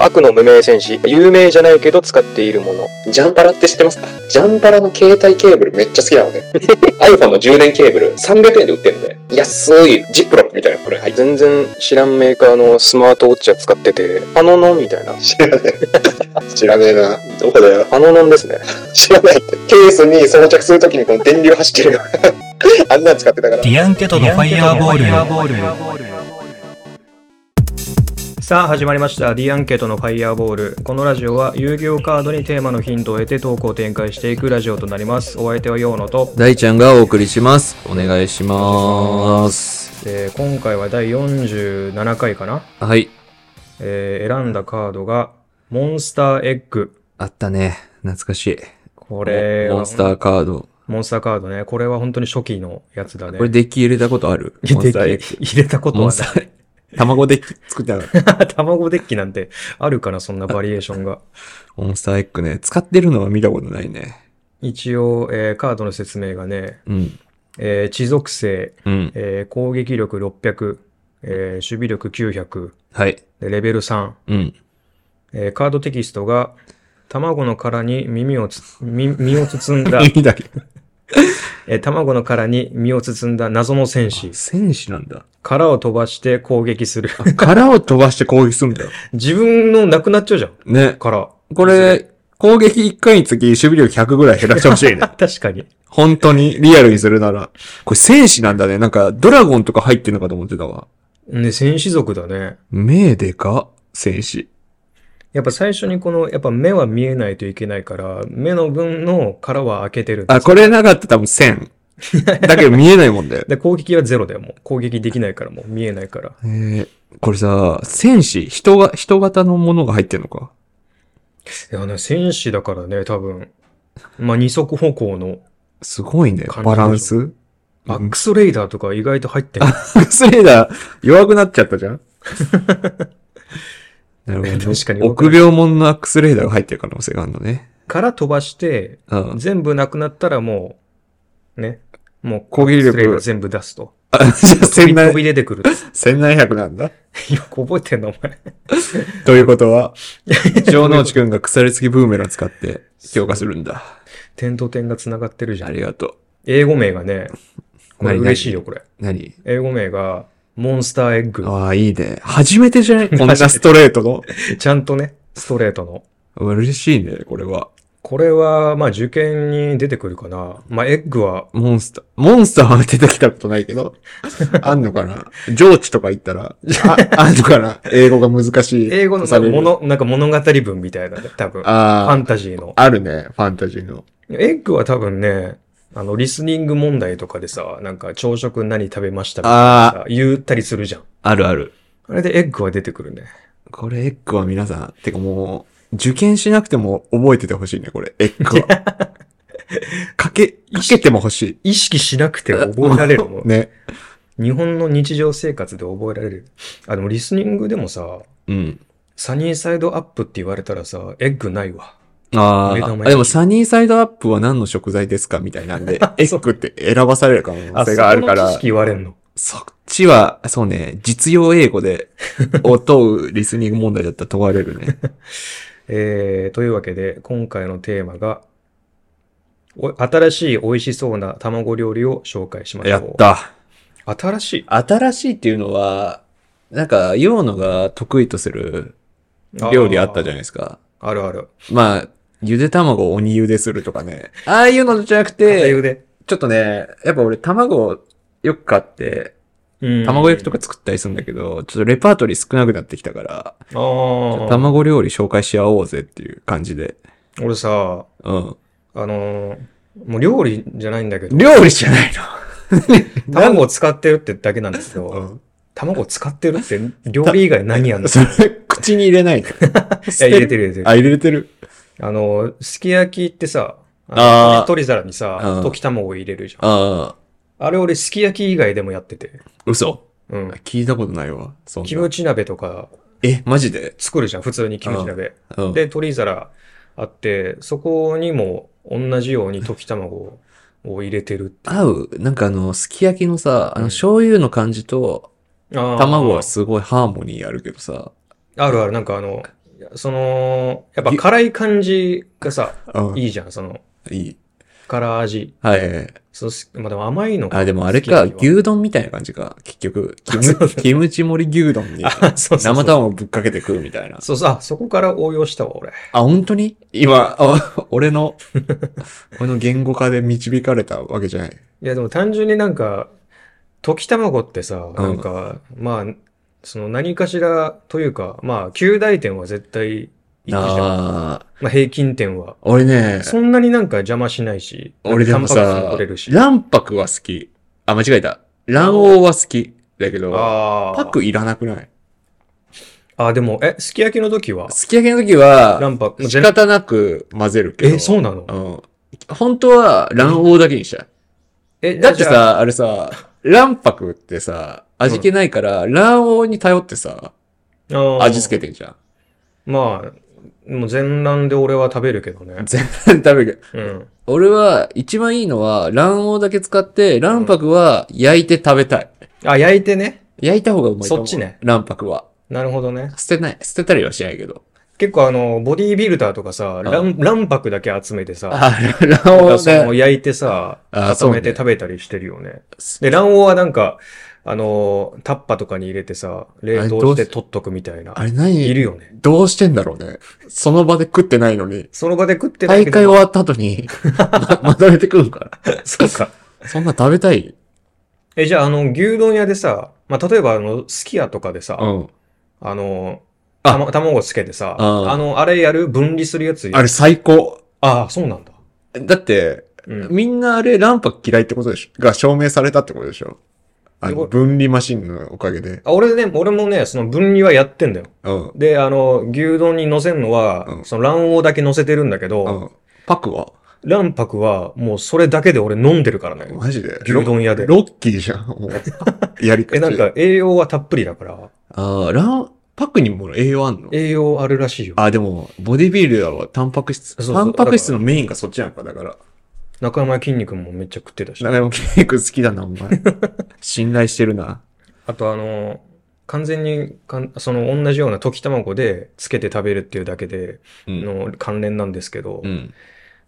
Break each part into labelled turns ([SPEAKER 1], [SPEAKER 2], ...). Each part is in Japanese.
[SPEAKER 1] 悪の無名戦士。有名じゃないけど使っているもの。
[SPEAKER 2] ジャンパラって知ってますかジャンパラの携帯ケーブルめっちゃ好きなのね。iPhone の充電ケーブル300円で売ってるので、安いジップロックみたいなこれ入って
[SPEAKER 1] 全然知らんメーカーのスマートウォッチは使ってて、パノノンみたいな。
[SPEAKER 2] 知らねえ。知らねえな。どこだよ。
[SPEAKER 1] パノノンですね。
[SPEAKER 2] 知らないって。ケースに装着するときにこの電流走ってるよ。あんなん使ってたから
[SPEAKER 3] デ。ィアンケトのファイヤーボール。さあ始まりました「D アンケートのファイヤーボール」このラジオは遊戯王カードにテーマのヒントを得て投稿を展開していくラジオとなりますお相手はヨーノと、
[SPEAKER 4] 大ちゃんがお送りします。お願いします。
[SPEAKER 3] えー今回は第47回かな、
[SPEAKER 4] はい。
[SPEAKER 3] えー選んだカードがモンスターエッグ
[SPEAKER 4] あったね。懐かしい。
[SPEAKER 3] これ
[SPEAKER 4] モンスターカード。
[SPEAKER 3] モンスターカードねこれは本当に初期のやつだね
[SPEAKER 4] これデッキ入れたことある
[SPEAKER 3] いや
[SPEAKER 4] モンスターエッ
[SPEAKER 3] でき入れたこ
[SPEAKER 4] グ。
[SPEAKER 3] と
[SPEAKER 4] モン
[SPEAKER 3] は
[SPEAKER 4] スター、 卵デッキ作ってなかった。
[SPEAKER 3] ない卵デッキなんてあるかなそんなバリエーション が
[SPEAKER 4] モンスターエッグね。使ってるのは見たことないね。
[SPEAKER 3] 一応、えーカードの説明がね、
[SPEAKER 4] うん。
[SPEAKER 3] えー地属性、
[SPEAKER 4] うん。
[SPEAKER 3] えー攻撃力600、えー守備力900、
[SPEAKER 4] はい。
[SPEAKER 3] でレベル3、
[SPEAKER 4] うん。
[SPEAKER 3] えーカードテキストが、卵の殻に耳をつ、み身を包んだ、
[SPEAKER 4] いいだけ。
[SPEAKER 3] えー卵の殻に身を包んだ謎の戦士。
[SPEAKER 4] 戦士なんだ。
[SPEAKER 3] 殻を飛ばして攻撃する。
[SPEAKER 4] 殻を飛ばして攻撃するんだよ。
[SPEAKER 3] 自分のなくなっちゃうじゃん。
[SPEAKER 4] ね。
[SPEAKER 3] 殻。
[SPEAKER 4] これ、攻撃1回につき守備力100ぐらい減らしてほしいね。
[SPEAKER 3] 確かに。
[SPEAKER 4] 本当にリアルにするなら。これ戦士なんだね。なんかドラゴンとか入ってんのかと思ってたわ。
[SPEAKER 3] ね、戦士族だね。
[SPEAKER 4] 目でか戦士。
[SPEAKER 3] やっぱ最初にこの、やっぱ目は見えないといけないから、目の分の殻は開けてるんです
[SPEAKER 4] あ、これなかったら多分戦。だけど見えないもんだよ。
[SPEAKER 3] で、攻撃はゼロだよ、もう。攻撃できないから、もう見えないから。
[SPEAKER 4] えー、これさ、戦士、人が、人型のものが入ってんのか。
[SPEAKER 3] いやね、戦士だからね、多分。まあ、二足歩行の。
[SPEAKER 4] すごいね。
[SPEAKER 3] 感じでしょ
[SPEAKER 4] バランス。
[SPEAKER 3] アックスレイダーとか意外と入ってる。
[SPEAKER 4] スレーダー弱くなっちゃったじゃ んなるほど、ね。
[SPEAKER 3] 確かに
[SPEAKER 4] 臆病者のアックスレーダーが入ってる可能性があるのね。
[SPEAKER 3] から飛ばして、
[SPEAKER 4] うん。
[SPEAKER 3] 全部なくなったらもう、ね。もう、
[SPEAKER 4] 攻撃
[SPEAKER 3] アックスレイダー
[SPEAKER 4] 力。
[SPEAKER 3] 全部出すと。
[SPEAKER 4] あ、じゃあ
[SPEAKER 3] 飛び飛
[SPEAKER 4] 1700
[SPEAKER 3] び出てくる。
[SPEAKER 4] 1700なんだ。
[SPEAKER 3] よく 覚えてんの、お前。
[SPEAKER 4] ということ は、城之内くんが腐りつきブーメラン使って強化するんだ。
[SPEAKER 3] 点と点が繋がってるじゃ
[SPEAKER 4] あ
[SPEAKER 3] ん。
[SPEAKER 4] りがと
[SPEAKER 3] 英語名がね、これ
[SPEAKER 4] 何
[SPEAKER 3] 嬉しいよ、これ。
[SPEAKER 4] う。何
[SPEAKER 3] 英語名が、モンスターエッグ。
[SPEAKER 4] ああ、いいね。初めてじゃない こんなストレートの。
[SPEAKER 3] ちゃんとね、ストレートの。
[SPEAKER 4] 嬉しいね、これは。
[SPEAKER 3] これは、まあ、受験に出てくるかな。まあ、エッグは、
[SPEAKER 4] モンスター。モンスターは出てきたことないけ ど。あんのかな上智とか言ったら。あ、あんのかな英語が難しい。
[SPEAKER 3] 英語の
[SPEAKER 4] さ
[SPEAKER 3] さ、
[SPEAKER 4] れる
[SPEAKER 3] も。の、なんか物語文みたいなね、多分。ファ
[SPEAKER 4] あ
[SPEAKER 3] ンタジーの
[SPEAKER 4] あ、。あるね。ファンタジーの。
[SPEAKER 3] エッグは多分ね、あの、リスニング問題とかでさ、なんか朝食何食べましたみたいなさ言ったりするじゃん。
[SPEAKER 4] あるある。
[SPEAKER 3] あれでエッグは出てくるね。
[SPEAKER 4] これエッグは皆さん、てかもう、受験しなくても覚えててほしいね、これ。エッグは。 かけ、かけても欲しい。
[SPEAKER 3] 意識しなくて覚えられるもん。
[SPEAKER 4] ね。
[SPEAKER 3] 日本の日常生活で覚えられる。あ、でもリスニングでもさ、
[SPEAKER 4] うん。
[SPEAKER 3] サニーサイドアップって言われたらさ、エッグないわ。
[SPEAKER 4] あ
[SPEAKER 3] 目
[SPEAKER 4] あ
[SPEAKER 3] 玉焼き
[SPEAKER 4] あ、でもサニーサイドアップは何の食材ですかみた いなんで、エッグって選ばされる可能性があるか
[SPEAKER 3] そこの知
[SPEAKER 4] ら
[SPEAKER 3] 識、言われんの。
[SPEAKER 4] そっちは、そうね、実用英語で、を問うリスニング問題だったら問われ るね。
[SPEAKER 3] えー、というわけで、今回のテーマが、お新しい美味しそうな卵料理を紹介しましょ
[SPEAKER 4] や
[SPEAKER 3] う。
[SPEAKER 4] った。
[SPEAKER 3] 新しい
[SPEAKER 4] 新しいっていうのは、なんか、ヨーノが得意とする料理あったじゃない
[SPEAKER 3] い
[SPEAKER 4] ですか。
[SPEAKER 3] あるある。
[SPEAKER 4] まあ、ゆで卵を鬼茹でするとかね。ああいうのじゃなく
[SPEAKER 3] 片
[SPEAKER 4] て、
[SPEAKER 3] 腕
[SPEAKER 4] ちょっとね、やっぱ俺卵をよく買って、
[SPEAKER 3] うん
[SPEAKER 4] 卵焼きとか作ったりするんだけど、ちょっとレパートリー少なくなってきたから、
[SPEAKER 3] あー
[SPEAKER 4] 卵料理紹介し合おうぜっていう感じで。
[SPEAKER 3] 俺さ、
[SPEAKER 4] うん。
[SPEAKER 3] あのーもう料理じゃないんだけど、
[SPEAKER 4] 料理じゃない
[SPEAKER 3] 卵を使ってるってだけなんですけ
[SPEAKER 4] の
[SPEAKER 3] ど、卵を使ってるって料理以外何やんのい
[SPEAKER 4] それ、口に入れないの
[SPEAKER 3] や、入れてる入れて
[SPEAKER 4] あ、
[SPEAKER 3] る。
[SPEAKER 4] 入れてる。
[SPEAKER 3] あのーすき焼きってさ、
[SPEAKER 4] あー
[SPEAKER 3] 一人皿にさ、
[SPEAKER 4] うん
[SPEAKER 3] 溶き卵を入れるじゃん。
[SPEAKER 4] ああ、
[SPEAKER 3] あれ俺すき焼き以外でもやってて、
[SPEAKER 4] 嘘。
[SPEAKER 3] うん。
[SPEAKER 4] 聞いたことないわ。そん
[SPEAKER 3] キ
[SPEAKER 4] な
[SPEAKER 3] ム。チ鍋とか
[SPEAKER 4] え、マジで
[SPEAKER 3] 作るじゃん、普通にキムチ鍋。
[SPEAKER 4] うん。
[SPEAKER 3] で、取り皿あって、そこにも同じように溶き卵を入れてる。
[SPEAKER 4] 合うなんかあの、すき焼きのさ、あ
[SPEAKER 3] うん
[SPEAKER 4] の、醤油の感じと、
[SPEAKER 3] あー
[SPEAKER 4] 卵はすごいハーモニーあるけどさ。
[SPEAKER 3] あるある、なんかあの、
[SPEAKER 5] その、やっぱ辛い感じがさ、
[SPEAKER 4] うん。い
[SPEAKER 5] いいじゃん、その、
[SPEAKER 4] い。
[SPEAKER 5] 辛味。
[SPEAKER 4] はいはいはい。
[SPEAKER 5] そうす、まあ、でも甘いの
[SPEAKER 4] あ、でもあれか、
[SPEAKER 5] 好きな日は
[SPEAKER 4] 牛丼みたいな感じか。結局、キムキムチ盛り牛丼に
[SPEAKER 5] あ、そうそうそう。
[SPEAKER 4] 生卵ぶっかけて食うみたいな。
[SPEAKER 5] そうそう、あ、そこから応用したわ、俺。
[SPEAKER 4] あ、本当に今、あ俺の、俺の言語化で導かれたわけじゃない。
[SPEAKER 5] いや、でも単純になんか、溶き卵ってさ、
[SPEAKER 4] うん
[SPEAKER 5] なんか、まあ、その何かしらというか、まあ、旧大点は絶対行くじゃん。
[SPEAKER 4] ああ、
[SPEAKER 5] まあ、平均点は。
[SPEAKER 4] 俺ね、
[SPEAKER 5] そんなになんか邪魔しないし、
[SPEAKER 4] 俺でも
[SPEAKER 5] タンパク質も
[SPEAKER 4] さ
[SPEAKER 5] 取れる、し。
[SPEAKER 4] 卵白は好き。あ、間違えた。卵黄は好き。だけど、
[SPEAKER 5] あー
[SPEAKER 4] パックいらなくない
[SPEAKER 5] あ、でも、え、すき焼きの時は、
[SPEAKER 4] すき焼きの時は、
[SPEAKER 5] 卵白、
[SPEAKER 4] 仕方なく混ぜるけど。
[SPEAKER 5] え、そうなの
[SPEAKER 4] うん。本当は卵黄だけにしたい。
[SPEAKER 5] え、
[SPEAKER 4] だって
[SPEAKER 5] じゃあ、
[SPEAKER 4] さ、あれさ、卵白ってさ、味気ないから、卵黄に頼ってさ、味付
[SPEAKER 5] け。
[SPEAKER 4] けてんじゃん。
[SPEAKER 5] まあ、もう全卵で俺は食べるけどね。
[SPEAKER 4] 全然食べるけど。
[SPEAKER 5] うん。
[SPEAKER 4] 俺は、一番いいのは、卵黄だけ使って、卵白は焼いて食べたい。
[SPEAKER 5] あ、焼いてね。
[SPEAKER 4] 焼いた方がうまいと思う。
[SPEAKER 5] そっちね。
[SPEAKER 4] 卵白は。
[SPEAKER 5] なるほどね。
[SPEAKER 4] 捨てない。捨てたりはしないけど。
[SPEAKER 5] 結構あの、ボディービルダーとかさ、卵卵白だけ集めてさ、
[SPEAKER 4] あ、
[SPEAKER 5] なん
[SPEAKER 4] 卵
[SPEAKER 5] か
[SPEAKER 4] 黄
[SPEAKER 5] その
[SPEAKER 4] ね。
[SPEAKER 5] 焼いてさ、
[SPEAKER 4] あそう
[SPEAKER 5] 固
[SPEAKER 4] ね
[SPEAKER 5] めて食べたりしてるよね。で、卵黄はなんか、あの、タッパとかに入れてさ、冷
[SPEAKER 4] あれど
[SPEAKER 5] 凍
[SPEAKER 4] う
[SPEAKER 5] して
[SPEAKER 4] す
[SPEAKER 5] 取っとくみたいな
[SPEAKER 4] あ。れ
[SPEAKER 5] いる
[SPEAKER 4] 何
[SPEAKER 5] よね。
[SPEAKER 4] どうしてんだろうね。その場で食ってないのに。
[SPEAKER 5] その場で食ってない
[SPEAKER 4] 大
[SPEAKER 5] け
[SPEAKER 4] 会終
[SPEAKER 5] ど、
[SPEAKER 4] わった後に、ままとめて食うんか
[SPEAKER 5] そうか。
[SPEAKER 4] ら。そんな食べたい
[SPEAKER 5] え、じゃあ、あの、牛丼屋でさ、まあ、例えば、あの、すき家とかでさ、
[SPEAKER 4] うん。
[SPEAKER 5] あの、
[SPEAKER 4] あ
[SPEAKER 5] たま、卵つけてさ、
[SPEAKER 4] うん
[SPEAKER 5] あの、あれやる分離するやつや
[SPEAKER 4] あれ最高。
[SPEAKER 5] ああ、そうなんだ。
[SPEAKER 4] だって、
[SPEAKER 5] うん。
[SPEAKER 4] みんなあれ卵白嫌いってことでしょが証明されたってことでしょあ
[SPEAKER 5] すごい
[SPEAKER 4] の、分離マシンのおかげで。
[SPEAKER 5] あ俺ね、俺もね、その分離はやってんだよ。
[SPEAKER 4] うん。
[SPEAKER 5] で、あの、牛丼に乗せんのは、
[SPEAKER 4] うん
[SPEAKER 5] その卵黄だけ乗せてるんだけど、
[SPEAKER 4] うん。パクは
[SPEAKER 5] 卵白はもうそれだけで俺飲んでるからね。
[SPEAKER 4] マジで
[SPEAKER 5] 牛丼屋で
[SPEAKER 4] ロロッキーじゃん。 もう。やり口。
[SPEAKER 5] え、なんか栄養はたっぷりだから、
[SPEAKER 4] ああ、卵、パクにも栄養あんの
[SPEAKER 5] 栄養あるらしいよ。
[SPEAKER 4] あ、でも、ボディビルダーはタンパク質。
[SPEAKER 5] そうそう
[SPEAKER 4] タンパク質のメインがそっちなんか、だから。
[SPEAKER 5] 中山筋肉もめっちゃ食ってたし。
[SPEAKER 4] 中山筋肉好きだな、お 前。信頼してるな。
[SPEAKER 5] あとあの、完全にかん、その同じような溶き卵でつけて食べるっていうだけで
[SPEAKER 4] うん。
[SPEAKER 5] の関連なんですけど、
[SPEAKER 4] うん。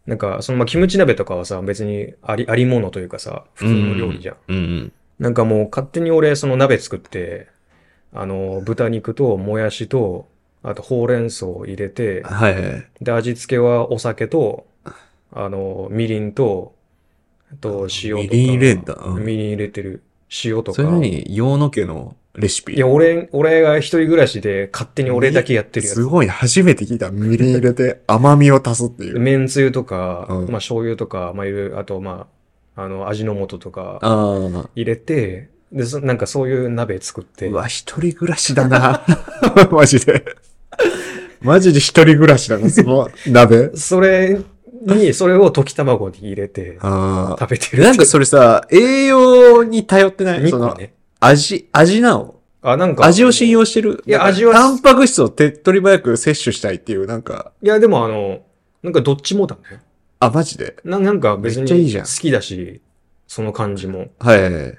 [SPEAKER 5] なんかその、まあ、キムチ鍋とかはさ、別にあり、ありものというかさ、普通の料理じゃん。
[SPEAKER 4] うんうん。
[SPEAKER 5] なんかもう勝手に俺その鍋作って、あの、豚肉ともやしと、あとほうれん草を入れて、
[SPEAKER 4] はいはい。
[SPEAKER 5] で、味付けはお酒と、あの、みりんと、あと塩とか。
[SPEAKER 4] みりん入れんだうん
[SPEAKER 5] みりん入れてる。塩とか。
[SPEAKER 4] それ何洋野家のレシピ
[SPEAKER 5] いや、俺、俺が一人暮らしで勝手に俺だけやってるや
[SPEAKER 4] す
[SPEAKER 5] つ。
[SPEAKER 4] ごい、初めて聞いた。みりん入れて甘みを足すっていう。
[SPEAKER 5] めんつゆとか、
[SPEAKER 4] う
[SPEAKER 5] ま
[SPEAKER 4] ん
[SPEAKER 5] あ醤油とか、まあいろいろ、あとまあ、あの、味の素とか
[SPEAKER 4] ああ。
[SPEAKER 5] 入れて、で、そなんかそういう鍋作って。
[SPEAKER 4] う。わ、一人暮らしだな。 マジで。マジで一人暮らしだな、その鍋
[SPEAKER 5] それに、それを溶き卵に入れて
[SPEAKER 4] ああ。
[SPEAKER 5] 食べてる。
[SPEAKER 4] なんかそれさ、栄養に頼ってない
[SPEAKER 5] 2
[SPEAKER 4] そ
[SPEAKER 5] 個
[SPEAKER 4] の、
[SPEAKER 5] ね。
[SPEAKER 4] 味、味なの
[SPEAKER 5] あ、なんか。
[SPEAKER 4] 味を信用してる。
[SPEAKER 5] いや
[SPEAKER 4] なんか
[SPEAKER 5] 味は
[SPEAKER 4] タンパク質を手っ取り早く摂取したいっていう、なんか、
[SPEAKER 5] いや、でもあの、なんかどっちもだね。
[SPEAKER 4] あ、マジで。
[SPEAKER 5] ななんか別
[SPEAKER 4] め
[SPEAKER 5] に
[SPEAKER 4] っちゃいいじゃん
[SPEAKER 5] 好きだし、その感じも。
[SPEAKER 4] はいはいはい。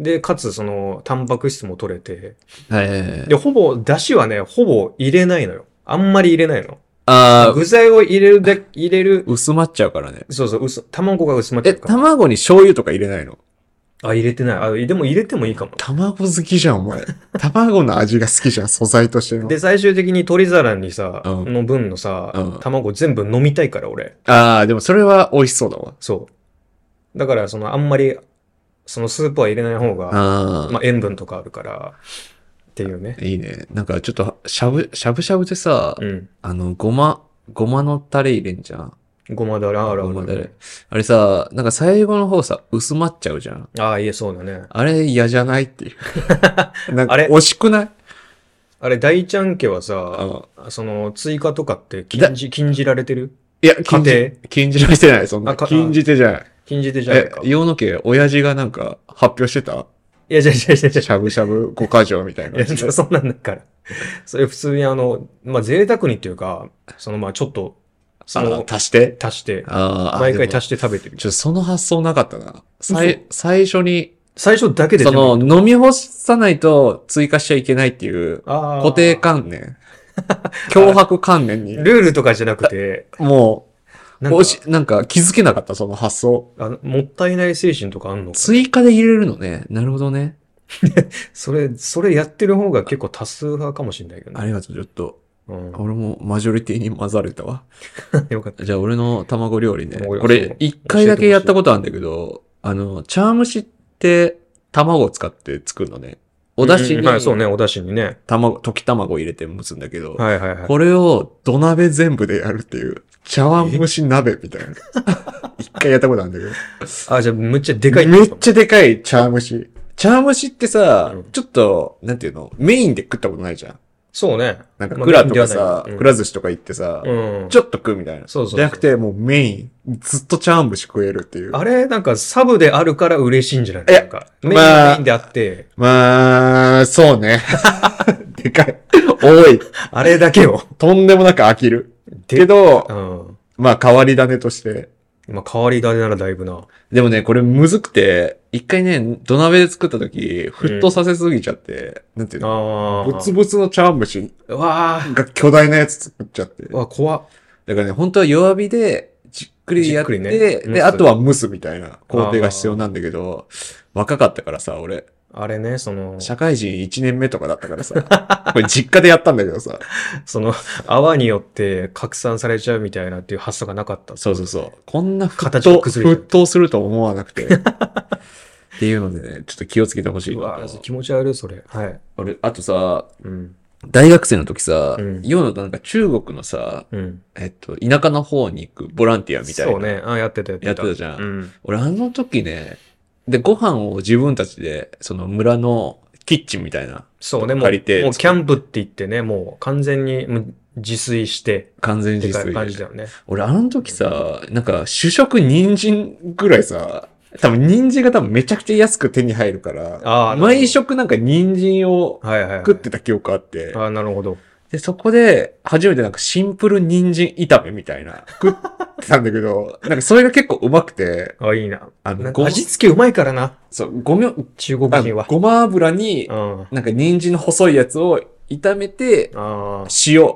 [SPEAKER 5] で、かつその、タンパク質も取れて。
[SPEAKER 4] はいはいはい
[SPEAKER 5] で、ほぼ、だしはね、ほぼ入れないのよ。あんまり入れないの。
[SPEAKER 4] ああ、
[SPEAKER 5] 具材を入れるだけ、入れる、
[SPEAKER 4] 薄まっちゃうからね。
[SPEAKER 5] そうそう、薄、卵が薄まっちゃ
[SPEAKER 4] え、
[SPEAKER 5] うから。
[SPEAKER 4] 卵に醤油とか入れないの
[SPEAKER 5] あ、入れてない。あ、でも入れてもいいかも。
[SPEAKER 4] 卵好きじゃん、お前。卵の味が好きじゃん、素材としての。
[SPEAKER 5] で、最終的に鶏皿にさ、
[SPEAKER 4] うん
[SPEAKER 5] の分のさ、
[SPEAKER 4] うん
[SPEAKER 5] 卵全部飲みたいから、俺。
[SPEAKER 4] ああ、でもそれは美味しそうだわ。
[SPEAKER 5] そう。だから、その、あんまり、そのスープは入れない方が、
[SPEAKER 4] ああ、
[SPEAKER 5] まあ、塩分とかあるから、っていうね。
[SPEAKER 4] いいね。なんかちょっと、しゃぶ、しゃぶしゃぶでさ、
[SPEAKER 5] うん。
[SPEAKER 4] あの、ごま、ごまのタレ入れんじゃん。
[SPEAKER 5] ごまだれ、あらあら。
[SPEAKER 4] ごまだれ。あれさ、なんか最後の方さ、薄まっちゃうじゃん。
[SPEAKER 5] ああ、いえ、そうだね。
[SPEAKER 4] あれ嫌じゃないっ ていう。なんか
[SPEAKER 5] あれ
[SPEAKER 4] 惜しくない
[SPEAKER 5] あれ、大ちゃん家は
[SPEAKER 4] あ
[SPEAKER 5] さ、
[SPEAKER 4] の
[SPEAKER 5] その、追加とかって禁じ、禁じられてる
[SPEAKER 4] いや、禁
[SPEAKER 5] 家
[SPEAKER 4] じ、禁じられてない、そん
[SPEAKER 5] あ
[SPEAKER 4] な。
[SPEAKER 5] か
[SPEAKER 4] 禁じてじゃない。
[SPEAKER 5] 禁じてじゃな
[SPEAKER 4] え
[SPEAKER 5] いか。、い
[SPEAKER 4] 洋野家、親父がなんか発表してた
[SPEAKER 5] や、じゃじゃじゃじゃ
[SPEAKER 4] しゃぶしゃぶ五箇条みたい
[SPEAKER 5] いや、
[SPEAKER 4] な やつで。
[SPEAKER 5] そんなんだから。それ普通にあの、まあ、贅沢にっていうか、その、まあ、ちょっと、そ
[SPEAKER 4] あ
[SPEAKER 5] の、
[SPEAKER 4] 足して。
[SPEAKER 5] 足して、
[SPEAKER 4] ああ、
[SPEAKER 5] 毎回
[SPEAKER 4] し
[SPEAKER 5] 足して食べてる。
[SPEAKER 4] ちょ、その発想なかったな。最、最初に、
[SPEAKER 5] 最初だけで
[SPEAKER 4] そ
[SPEAKER 5] 全部
[SPEAKER 4] の、飲み干さないと追加しちゃいけないっていう
[SPEAKER 5] あー
[SPEAKER 4] 固定観念。脅迫観念に。
[SPEAKER 5] ルールとかじゃなく て、
[SPEAKER 4] も
[SPEAKER 5] な
[SPEAKER 4] う、
[SPEAKER 5] んか
[SPEAKER 4] おし、なんか気づけなかった、その発想。
[SPEAKER 5] あのもったいない精神とかあんの
[SPEAKER 4] 追加で入れるのね。なるほどね。
[SPEAKER 5] それ、それやってる方が結構多数派かもしれないけど
[SPEAKER 4] あ
[SPEAKER 5] ね。
[SPEAKER 4] りがとう、ちょっと。
[SPEAKER 5] うん、
[SPEAKER 4] 俺もマジョリティに混ざれたわ。
[SPEAKER 5] よかった。
[SPEAKER 4] じゃあ俺の卵料理ね。
[SPEAKER 5] 俺
[SPEAKER 4] 俺、一回だけやったことあるんだけど、あの、茶碗蒸しって卵を使って作るのね。お出汁
[SPEAKER 5] う
[SPEAKER 4] に
[SPEAKER 5] んはい、そうね、お出汁にね。
[SPEAKER 4] 卵、溶き卵入れて蒸すんだけど、
[SPEAKER 5] はいはいはい。
[SPEAKER 4] これを土鍋全部でやるっていう、茶碗蒸し鍋みたい な。一回やったことあるんだけど。
[SPEAKER 5] あ、じゃあ、むっちゃでかい。
[SPEAKER 4] めっちゃでかい茶碗蒸し。茶碗蒸しってさ、
[SPEAKER 5] うん
[SPEAKER 4] ちょっと、なんていうの、メインで食ったことないじゃん。
[SPEAKER 5] そうね。
[SPEAKER 4] なんか、
[SPEAKER 5] まあ
[SPEAKER 4] くらとかさ、
[SPEAKER 5] メインではないうん
[SPEAKER 4] くら寿司とか行ってさ、
[SPEAKER 5] うん。
[SPEAKER 4] ちょっと食うみたいな。
[SPEAKER 5] そうそうそう
[SPEAKER 4] じゃなくて、もうメイン、ずっと茶碗蒸し食えるっていう。
[SPEAKER 5] あれ、なんか、サブであるから嬉しいんじゃない
[SPEAKER 4] いや
[SPEAKER 5] なんか、メイン
[SPEAKER 4] まあ
[SPEAKER 5] メインであって、
[SPEAKER 4] まあ、そうね。 でかい。多い。
[SPEAKER 5] あれだけを。
[SPEAKER 4] とんでもなく飽きる。
[SPEAKER 5] で
[SPEAKER 4] けど
[SPEAKER 5] う、ん。
[SPEAKER 4] まあ、変わり種として。
[SPEAKER 5] まあ、変わり種ならだいぶな。
[SPEAKER 4] でもね、これむずくて、一回ね、土鍋で作った時、沸騰させすぎちゃって、なんていうの
[SPEAKER 5] ああ。
[SPEAKER 4] ブツブツの茶碗蒸し
[SPEAKER 5] うわ
[SPEAKER 4] が巨大なやつ作っちゃって。
[SPEAKER 5] ー。うわ、怖っ。
[SPEAKER 4] だからね、本当は弱火で、じっくりやって、
[SPEAKER 5] じっくりね蒸す
[SPEAKER 4] で、あとは蒸すみたいな工程が必要なんだけど、若かったからさ、俺、
[SPEAKER 5] あれね、その、
[SPEAKER 4] 社会人1年目とかだったからさ、 これ実家でやったんだけどさ、
[SPEAKER 5] その、泡によって拡散されちゃうみたいなっていう発想がなかった。
[SPEAKER 4] そうそうそう、こんな沸
[SPEAKER 5] 形が
[SPEAKER 4] 騰、
[SPEAKER 5] 崩れちゃう
[SPEAKER 4] 沸騰すると思わなくて、っていうのでね、ちょっと気をつけてほしいうな
[SPEAKER 5] わー気持ち悪い、それ。はい。
[SPEAKER 4] 俺、あとさ、
[SPEAKER 5] うん。
[SPEAKER 4] 大学生の時さ、
[SPEAKER 5] うん
[SPEAKER 4] ヨウのなんか中国のさ、
[SPEAKER 5] うん。
[SPEAKER 4] えっと、田舎の方に行くボランティアみたいな。
[SPEAKER 5] そうね。あ、やってた、やってた。
[SPEAKER 4] やってたじゃん
[SPEAKER 5] うん。
[SPEAKER 4] 俺あの時ね、で、ご飯を自分たちで、その村のキッチンみたいな、
[SPEAKER 5] そうね、もう、もう
[SPEAKER 4] 借り
[SPEAKER 5] キ
[SPEAKER 4] て
[SPEAKER 5] ャンプって言ってね、もう完全にもう自炊して、
[SPEAKER 4] 完全
[SPEAKER 5] って
[SPEAKER 4] 自
[SPEAKER 5] か
[SPEAKER 4] 炊
[SPEAKER 5] 感じだよね。
[SPEAKER 4] 俺あの時さ、なんか主食人参ぐらいさ、多分人参が多分めちゃくちゃ安く手に入るか
[SPEAKER 5] あー
[SPEAKER 4] ら、毎食なんか人参を
[SPEAKER 5] はいはい、はい。
[SPEAKER 4] 食ってた記憶あって、
[SPEAKER 5] あなるほど。
[SPEAKER 4] で、そこで初めてなんかシンプル人参炒めみたいな、食ってたんだけど、なんかそれが結構うまくて、
[SPEAKER 5] あ、いいな。
[SPEAKER 4] あ
[SPEAKER 5] な
[SPEAKER 4] の、ご、
[SPEAKER 5] 味付けうまいからな、
[SPEAKER 4] そう、ごみょ、
[SPEAKER 5] 中国
[SPEAKER 4] あ
[SPEAKER 5] 人は。
[SPEAKER 4] ごま油に
[SPEAKER 5] う、ん。あ
[SPEAKER 4] なんか人参の細いやつを炒めて、
[SPEAKER 5] あー。
[SPEAKER 4] 塩。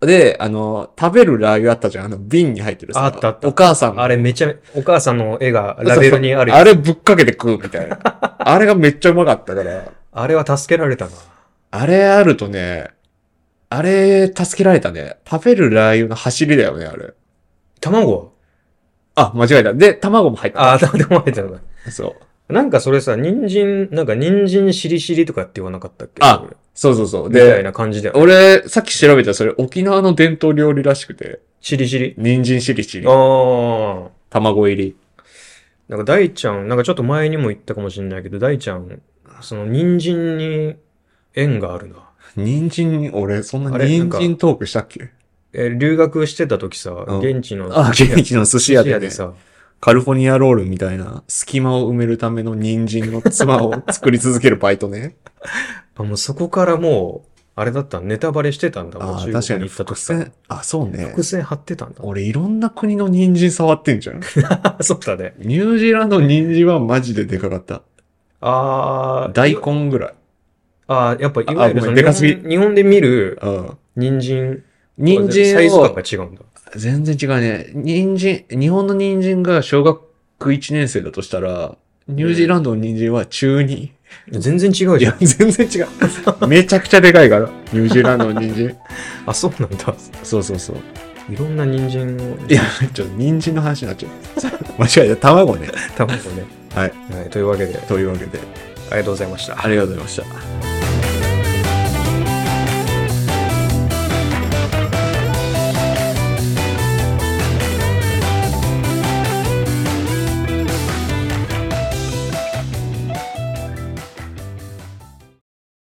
[SPEAKER 4] で、あの、食べるラー油あったじゃん。あの、瓶に入ってるさ。
[SPEAKER 5] あったあった
[SPEAKER 4] お母さんの
[SPEAKER 5] あれめちゃめ、お母さんの絵がラベルにある
[SPEAKER 4] そうそうあれぶっかけて食うみたいな。 あれがめっちゃうまかったから。
[SPEAKER 5] あれは助けられたな。
[SPEAKER 4] あれあるとね、あれ、助けられたね。食べるラー油の走りだよね、あれ。
[SPEAKER 5] 卵
[SPEAKER 4] あ、間違えた。で、卵も入った。
[SPEAKER 5] はああ、卵入ってたの
[SPEAKER 4] そう。
[SPEAKER 5] なんかそれさ、人参、なんか人参しりしりとかって言わなかったっけ
[SPEAKER 4] あそうそうそう。
[SPEAKER 5] みたい
[SPEAKER 4] で、
[SPEAKER 5] な感じだよね。
[SPEAKER 4] 俺、さっき調べたらそれ沖縄の伝統料理らしくて。
[SPEAKER 5] しりしり。
[SPEAKER 4] 人参しりしり
[SPEAKER 5] あ。あ。
[SPEAKER 4] 卵入り。
[SPEAKER 5] なんか大ちゃん、なんかちょっと前にも言ったかもしれないけど、大ちゃん、その人参に縁があるな。
[SPEAKER 4] 人参、俺、そん
[SPEAKER 5] あ
[SPEAKER 4] な
[SPEAKER 5] れなん
[SPEAKER 4] 人
[SPEAKER 5] か
[SPEAKER 4] 参トークしたっけ
[SPEAKER 5] え、留学してた時さ、
[SPEAKER 4] うん
[SPEAKER 5] 現地の、
[SPEAKER 4] あ、現地の寿司屋
[SPEAKER 5] 寿
[SPEAKER 4] で,、
[SPEAKER 5] で
[SPEAKER 4] ね、
[SPEAKER 5] さ、
[SPEAKER 4] カルフォルニアロールみたいな、隙間を埋めるための人参の妻を作り続けるバイト ね。
[SPEAKER 5] あもうそこからもう、あれだった、ネタバレしてたんだもん、
[SPEAKER 4] ああ、
[SPEAKER 5] 中
[SPEAKER 4] 確か
[SPEAKER 5] 国
[SPEAKER 4] に
[SPEAKER 5] に行った
[SPEAKER 4] 伏
[SPEAKER 5] 時さ。
[SPEAKER 4] 線。あ、そうね
[SPEAKER 5] 伏。線張ってたんだ。
[SPEAKER 4] 俺いろんな国の人参触ってんじゃん。
[SPEAKER 5] そうだね。
[SPEAKER 4] ニュージーランドの人参はマジででかかった。
[SPEAKER 5] あー
[SPEAKER 4] 大。根ぐらい。
[SPEAKER 5] あーやっぱ、いわゆる
[SPEAKER 4] あ
[SPEAKER 5] その
[SPEAKER 4] ごめん
[SPEAKER 5] 日
[SPEAKER 4] でかすぎ
[SPEAKER 5] 本日本で見る
[SPEAKER 4] うん。
[SPEAKER 5] 人参、
[SPEAKER 4] 人
[SPEAKER 5] サイ
[SPEAKER 4] 参
[SPEAKER 5] ズ感
[SPEAKER 4] を
[SPEAKER 5] が、違うんだ。
[SPEAKER 4] 全然違うね。人参、日本の人参が小学1年生だとしたら、ニュージーランドの人参は中2。
[SPEAKER 5] 全然違う
[SPEAKER 4] い
[SPEAKER 5] じゃ
[SPEAKER 4] や
[SPEAKER 5] ん、。
[SPEAKER 4] 全然 違う。めちゃくちゃでかいから、ニュージーランドの人参。
[SPEAKER 5] あ、そうなんだ。
[SPEAKER 4] そうそうそう。
[SPEAKER 5] いろんな人参を、
[SPEAKER 4] いや、ちょっと人参の話になっちゃう。 間違えた。卵ね。
[SPEAKER 5] 卵ね。
[SPEAKER 4] はい。
[SPEAKER 5] はい、というわけで、あり
[SPEAKER 4] というわけで、
[SPEAKER 5] がとうございました。
[SPEAKER 4] ありがとうございました。